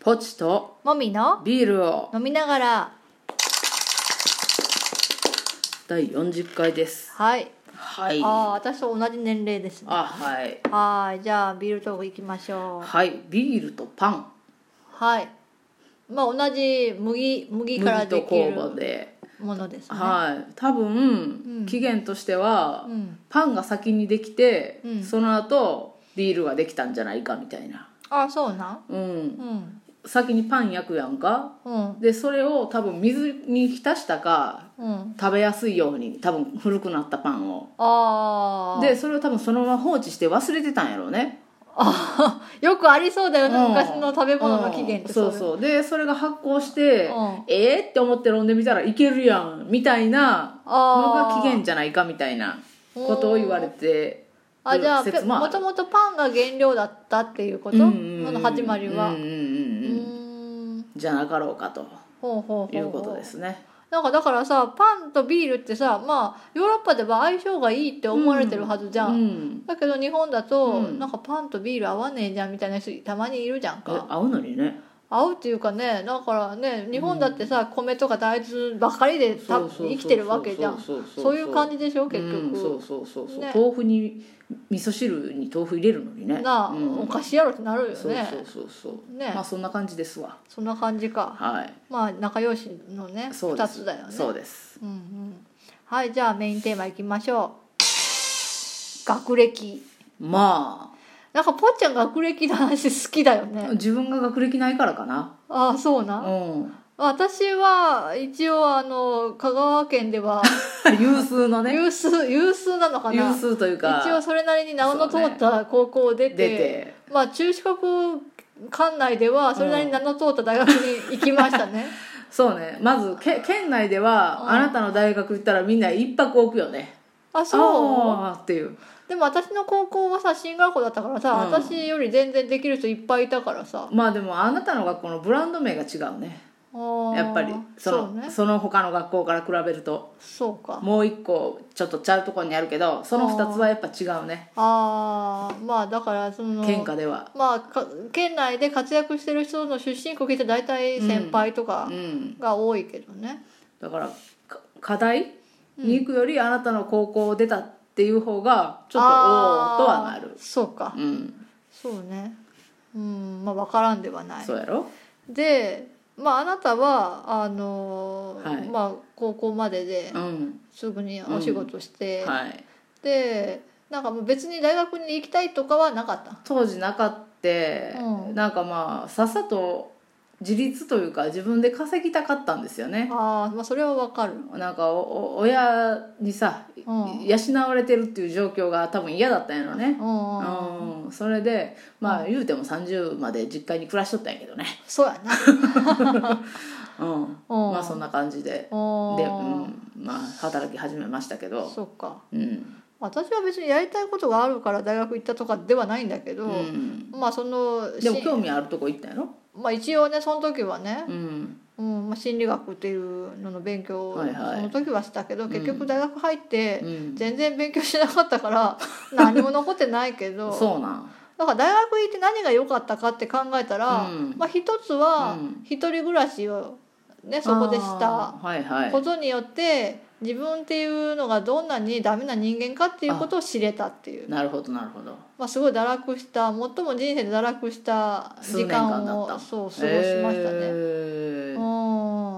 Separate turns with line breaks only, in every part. ポチと
もみの
ビールを
飲みながら
第40回です
はい
はい
あ
あ
あ私と同じ年齢ですね
はい
はいじゃあビールトークいきましょう
はいビールとパン
はいまあ同じ麦麦から
麦
で
と
き
酵母
る
で、
ものですね
はい多分、
うん
期限としては、
うん
パンが先にできて、
うん
その後ビールができたんじゃないかみたいな
あそうなん
うん
うん
先にパン焼くやんか
うん
でそれを多分水に浸したか
うん
食べやすいように多分古くなったパンを
ああ
でそれを多分そのまま放置して忘れてたんやろうね
あよくありそうだよね、
うん
昔の食べ物の起源って
そう
れ
そうでそれが発酵して、
うん
えーって思って飲んでみたらいけるやんみたいなの
あ
が
あ
起源じゃないかみたいなことを言われて
あじゃあ
る説も
も
ある
ともとパンが原料だったっていうこと、
うんうんう
こ
ん
の始まりは
うんうんう
う
んうん
ーん
じゃなかろうかと
ほうほうほう
いうことですね
なんかだからさパンとビールってさまあヨーロッパでは相性がいいって思われてるはずじゃん、
うん
だけど日本だと、
うん
なんかパンとビール合わねえじゃんみたいな人たまにいるじゃん
え
か
合うのにね
合うっていうかねだからね日本だってさ、米とか大豆ばっかりでた
そうそうそうそう
生きてるわけじゃん
そう
そういう感じでしょ
うん
結局、
そうそうそうそう
ね
豆腐に味噌汁に豆腐入れるのにね
なあ、
うん
おかしいやろってなるよね
そうそうそうそう
ね
まあそんな感じですわ
そんな感じか
はい
まあ仲良しのね
そう
2
です
つだよね
そうです
うんうん、はいじゃあメインテーマいきましょう学歴
ま
なんかぽっちゃん学歴の話好きだよ
あ
ね
自分が学歴ないからかな
ああそう
う
なん私は一応あの香川県では
有数のね
有数有数なの か
有
な
数というか
一応それなりに名の通った高校を出て,、
出て
まあ中四国管内ではそれなりに名の通った大学に行きまし たね、
そうねまずけ県内で
う
は
ん
あなたの大学行ったらみんな一泊置くよね
あそう
あーっていう
でも私の高校はさ進学校だったからさ、
うん
私より全然できる人いっぱいいたからさ
まあでもあなたの学校のブランド名が違うねやっぱりそ
そ
の
うね
その他の学校から比べると
そうか
もう一個ちょっとちゃうとこにあるけどその二つはやっぱ違うね
ああまあだからその
県下では
まあか県内で活躍してる人の出身国って大体先輩とか
うん
が多いけどね、
だからか課題に行くよりあなたの高校を出たっていう方がちょっとお
あ
お
ー
とはなる
そうか
うん
そうねうんまあ分からんではない
そうやろ
でまああなたはあのー
はい
まあ高校までで
うん
すぐにお仕事して、
はい
でなんかもう別に大学に行きたいとかはなかった
当時なかって
うん
なんかまあさっさと自立というか自分で稼ぎたかったんですよね
あー、まあそれはわかる
なんかおお親にさ、
うん
養われてるっていう状況が多分嫌だったんやろね
う、ん、
うんそれでまあ言うても30まで実家に暮らしとったんやけどね、
そうやな
うん
うん
まあそんな感じで、で、うん、まあ働き始めましたけど
そっか
うん、
私は別にやりたいことがあるから大学行ったとかではないんだけど、
うん、
まあその
でも
し
興味あるとこ行ったんやろ、
まあ、一応ねその時はね、
うん、
うんまあ、心理学っていうのの勉強をそ
はいはい
の時はしたけど、
うん
結局大学入って
うん
全然勉強しなかっ たから何も残ってないけど
そうなん
だから大学行って何が良かったかって考えたら、
うん
まあ、一つは
うん
一人暮らしを、ね、そこでした
あーはいはい
ことによって自分っていうのがどんなにダメな人間かっていうことを知れたっていう
なるほどなるほど
まあ、すごい堕落した最も人生で堕落した時間
数年間だ
を
った
そう過ごしましたね。
へー
うん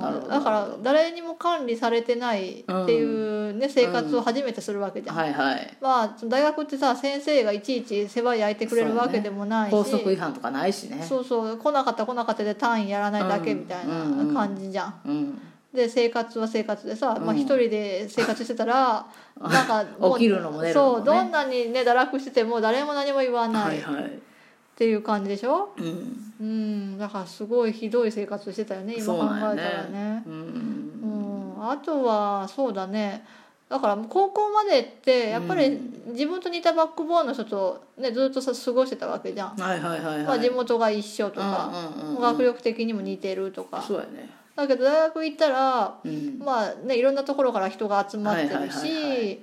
なるほど
だから誰にも管理されてないっていう、ね生活を初めてするわけじゃん、
はいはい
まあその大学ってさ先生がいちいち世話焼いてくれるわけでもないし
校則違反とかないしね
そうそう来なかった来なかったで単位やらないだけみたいな
うんうん
感じじゃん。
うん
で生活は生活でさ、ま
う
あ、
ん
一人で生活して たらなんかう
起きるのも寝るのも
そ
ね
うどんなにね堕落してても誰も何も言わな
はい
いっ
はい
ていう感じでしょ、
うん
うんだからすごいひどい生活してたよね今
そ
考
うなん
え
や
たらね
う
うんんあとはそうだねだからもう高校までってやっぱり自分と似たバックボーンの人と、ね、ずっとさ過ごしてたわけじゃん、
はいはいはいはい
まあ、地元が一緒とか、
うんうんうん
学力的にも似てるとか
そうやね
だけど大学行ったら
うん
まあねいろんなところから人が集まってるし、
はいはいはいは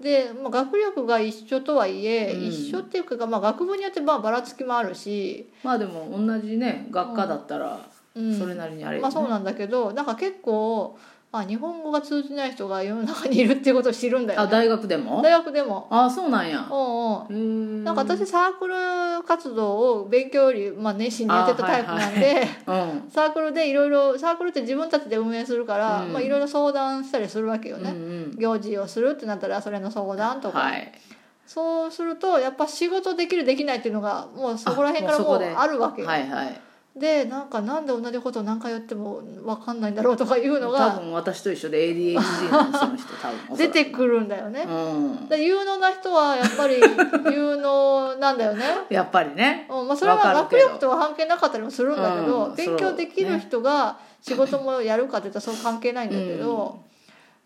で、まあ、学力が一緒とはいえ、
うん
一緒っていうか、まあ、学部によってまあばらつきもあるし、
まあでも同じね学科だったら
うん
それなりにあれよね
まあ、そうなんだけどなんか結構あ日本語が通じない人が世の中にいるっていうことを知るんだよ、
あ
ね、
大学でも
大学でも。
あそうなんや
うんうん
へー
なんか私サークル活動を勉強より、まあ、熱心にやってたタイプなんで、
うん
サークルでいろいろサークルって自分たちで運営するから、
うん
まあ、いろいろ相談したりするわけ
う
よ
んう
ね、
ん
行事をするってなったらそれの相談とか、
はい
そうするとやっぱ仕事できるできないっていうのがもうそこら辺から
あもう
も
そうこで
あるわけよ、
はいはい
でなんかなんで同じことを何回やっても分かんないんだろうとかいうの
多
が
分私と一緒で ADHD なんですその人多分
出て
く
くるんだよね、
うん
で有能な人はやっ ぱり有能なんだよね
やっぱりね
うんまあ、それは
わかる
学
けど
力とは関係なかったりもするんだけど、
うん
勉強できる人が仕事もやるかっていったらそう関係ないんだけど、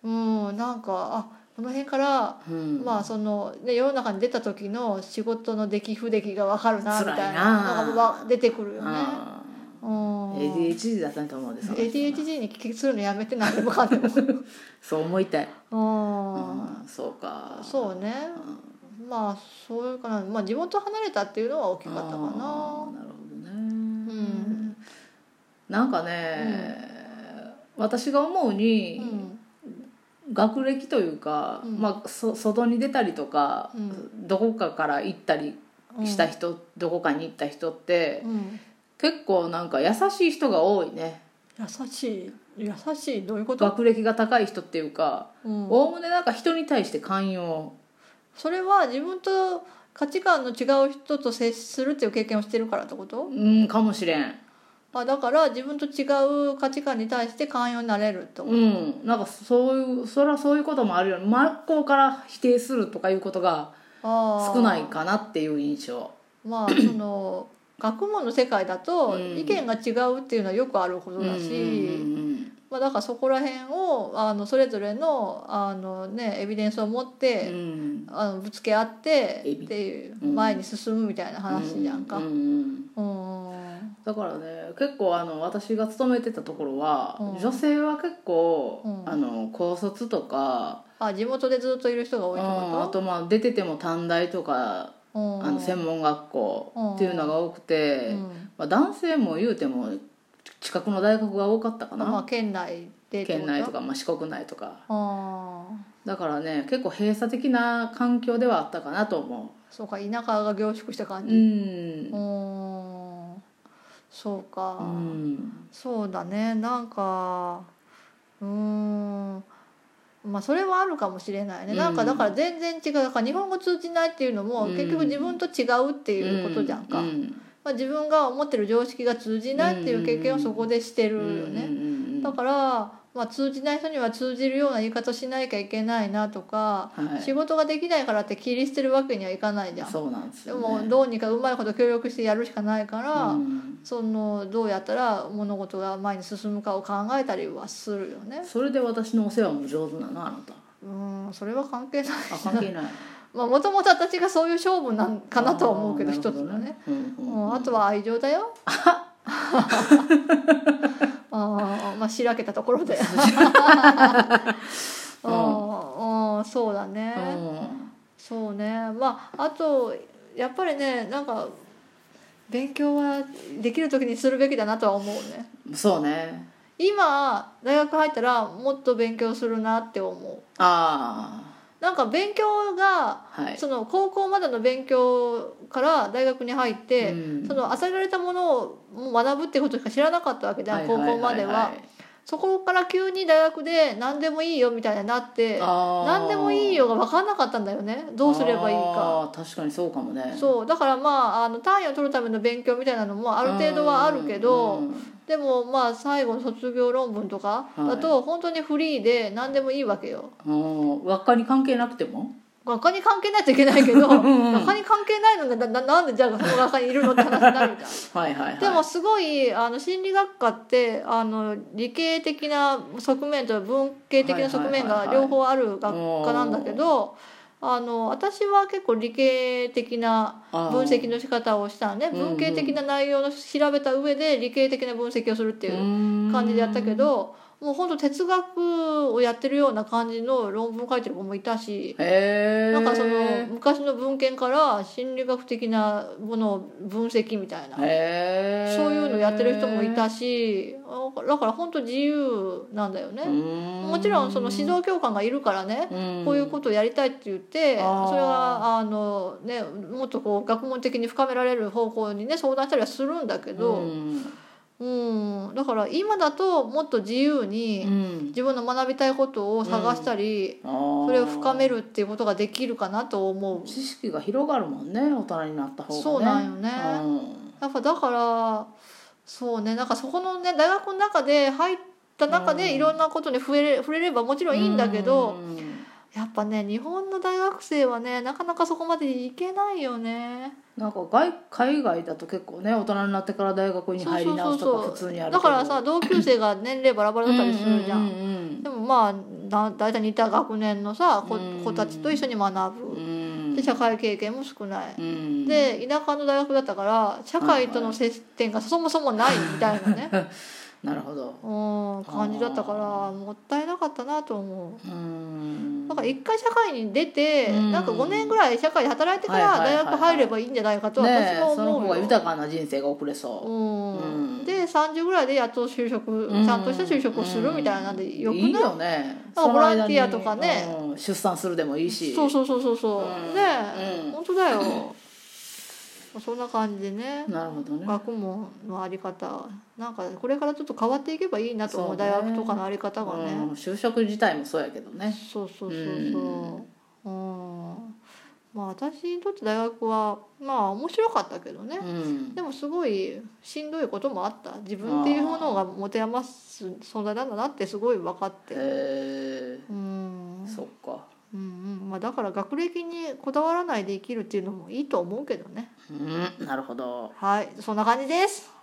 うん、なんかあこの辺から、
うん
まあその、ね、世の中に出た時の仕事の出来不出来が分かるなみ
辛いな
たいなのがわ出てくるよね。
う
うん
ん ADHD だったと思うんですよ
ADHD に聞きするのやめて何でもかんで
そう思いたい
も。
うんそうか
うん、そうねまあそういうかな、まあ、地元離れたっていうのは大きかったか
あ
な。
ーなるほどね、
ん
なんかね、私が思う
う
に、
ん
学歴というか、
うん
まあ、そ外に出たりとか、
うん
どこかから行ったりした人、どこかに行った人って、
うん
結構なんか優しい人が多いね
優しい優しいどういうこと、
学歴が高い人っていうか
うん
おおむねなんか人に対して寛容
それは自分と価値観の違う人と接するっていう経験をしてるからってこと
うんかもしれん
あだから自分と違う価値観に対して寛容になれるってこと、
うんなんかそういうそれはそういうこともあるよね真っ向から否定するとかいうことが
あー
少ないかなっていう印象
まあその学問の世界だと
うん
意見が違うっていうのはよくあること
うんう
だし、
んうん
まあ、だからそこら辺をあのそれぞれのあの、ね、エビデンスを持って、
うんうん
あのぶつけ合って
エビ
っていう
うん
前に進むみたいな話じゃんか。
ううん
うん
だからね結構あの私が勤めてたところは、
うん
女性は結構、
うん
あの高卒とか、
あ地元でずっといる人が
う
多いって
ん、あ
こと
まあ出てても短大とか、
と、うん、
あの専門学校っていうのが多くて、
うん
まあ、男性も言うても近くの大学が多かったかな、
まあ県内でってこ
県
と
内とか、まあ、四国内とか
あ
だからね結構閉鎖的な環境ではあったかなと思
ーそうか田舎が凝縮した
う
感
う
じ
ん
うーんそうか、
うん
そうだねなんかうーんまあそれはあるかもしれないね、
うん
なんかだから全然違うだから日本語通じないっていうのも
うん
結局自分と違うっていうことじゃんか、
うん
まあ、自分が思ってる常識が通じないっていう経験をそこでしてるよね、
うんうんうん
だから、まあ、通じない人には通じるような言い方しなきゃいけないなとか、
はい
仕事ができないからって切り捨てるわけにはいかないじゃん。
そうなんです
で
よ、ね、
もどうにかうまいこと協力してやるしかないから、
うん
そのどうやったら物事が前に進むかを考えたりはするよね。
それで私のお世話も上手なのあなた
うんそれは関係ない。
あ関 係ない
まあもともと私がそういう勝負なんかなとは思うけど
あー
一つ
な
のね。、
るほどうんう
う
ん
ん、あとは愛情 だよ。あーまあしらけたところで。
う
うんうんそうだね。そうねまああとやっぱりねなんか勉強はできる時にするべきだなとは思うね
うんそうね
今大学入ったらもっと勉強するなって思う
あ
なんか勉強
あ
が、
はい
その高校までの勉強から大学に入って、
うん
その与えられたものをもう学ぶってことしか知らなかったわけじゃん、高校までは,、そこから急に大学で何でもいいよみたいになって何
何
でもいいよが分かんなかったんだよねどうすればいいか
確かにそうかもね
そうだからまああの単位を取るための勉強みたいなのもある程度はあるけど、
うん
でもまあ最後の卒業論文とかだと本当にフリーで何でもいいわけよ。
うん輪っかに関係なくても
学科に関係ないといけないけど学
ん
科に関係ないのでなななんでじゃあその学科にいるのって話になるじゃん。
はいはいはい
でもすごいあの心理学科ってあの理系的な側面と文系的な側
は
面が
いはいはいはい
両方ある学科なんだけどあの私は結構理系的な
あー
分析の仕方をしたね
うん
文系的な内容の調べた上で理系的な分析をするっていう
う
感じでやったけど。もう本当哲学をやってるような感じの論文書いてる子もいたし
へえ
なんかその昔の文献から心理学的なものを分析みたいな
へえ
そういうのやってる人もいた
し
しあだから本当自由なんだよね。も
も
ちろんその指導教官がいるからねこういうことをやりたいって言ってそ
あ
れ
ー
はあの、ね、もっとこう学問的に深められる方向にね相談したりはするんだけ
と
ど、うん、だから今だともっと自由に自分の学びたいことを探したり、そ
そ
れを深め
る
るっていうことができるかなと思う、
知識が広がるもんね大人になった方がね
そうなんよね
うん
やっぱだからそうねなんかそこのね大学の中で入った中
う
で
ん
いろんなことに触れ触れればもちろんいいんだけど、
うん
やっぱね日本の大学生はねなかなかそこまでいけないよね
なんか外海外だと結構ね大人になってから大学に入り直すとか普通にあるけ
だ
ど
からさ同級生が年齢バラバラだったりするじゃん,、
うんうん
でもまあだ大体似た学年のさ子
うん
子たちと一緒に学ぶ、
うん
で社会経験も少ない、
うん
で田舎の大学だったから社会との接点がそもそもないみたいなね、
なるほど
うん、感じだったからもったいなかったなと思う。
うん
なんか一回社会に出て、
うん
なんか5年ぐらい社会で働いてか
はい
ら
はい
大
はいはい
学入ればいいんじゃないかと
ね
私
え
は
その
思う
方
よ、
が豊かな人生が送れそう
うん
うん
で30ぐらいでやっと就職
うん
ちゃんとした就職をするみたいなんでよくない
いよね
なんかボランティア
その間に
とかね
うん出産するでもいいし
そうそうそうそうそう
うん
ね
うん
本当だよそんな感じでね
なるほどね
学問のあり方なんかこれからちょっと変わっていけばいいなと思う
そうね
大学とかのあり方がね、
うん就職自体もそうやけどね
そうそうそうそううんまあ私にとって大学はまあ面白かったけどね、
うん
でもすごいしんどいこともあった自分っていうものが持て余す存在なんだなってすごい分かって
へ
うん
えそっか
うんうんまあだから学歴にこだわらないで生きるっていうのもいいと思うけどね
うんなるほど
はいそんな感じです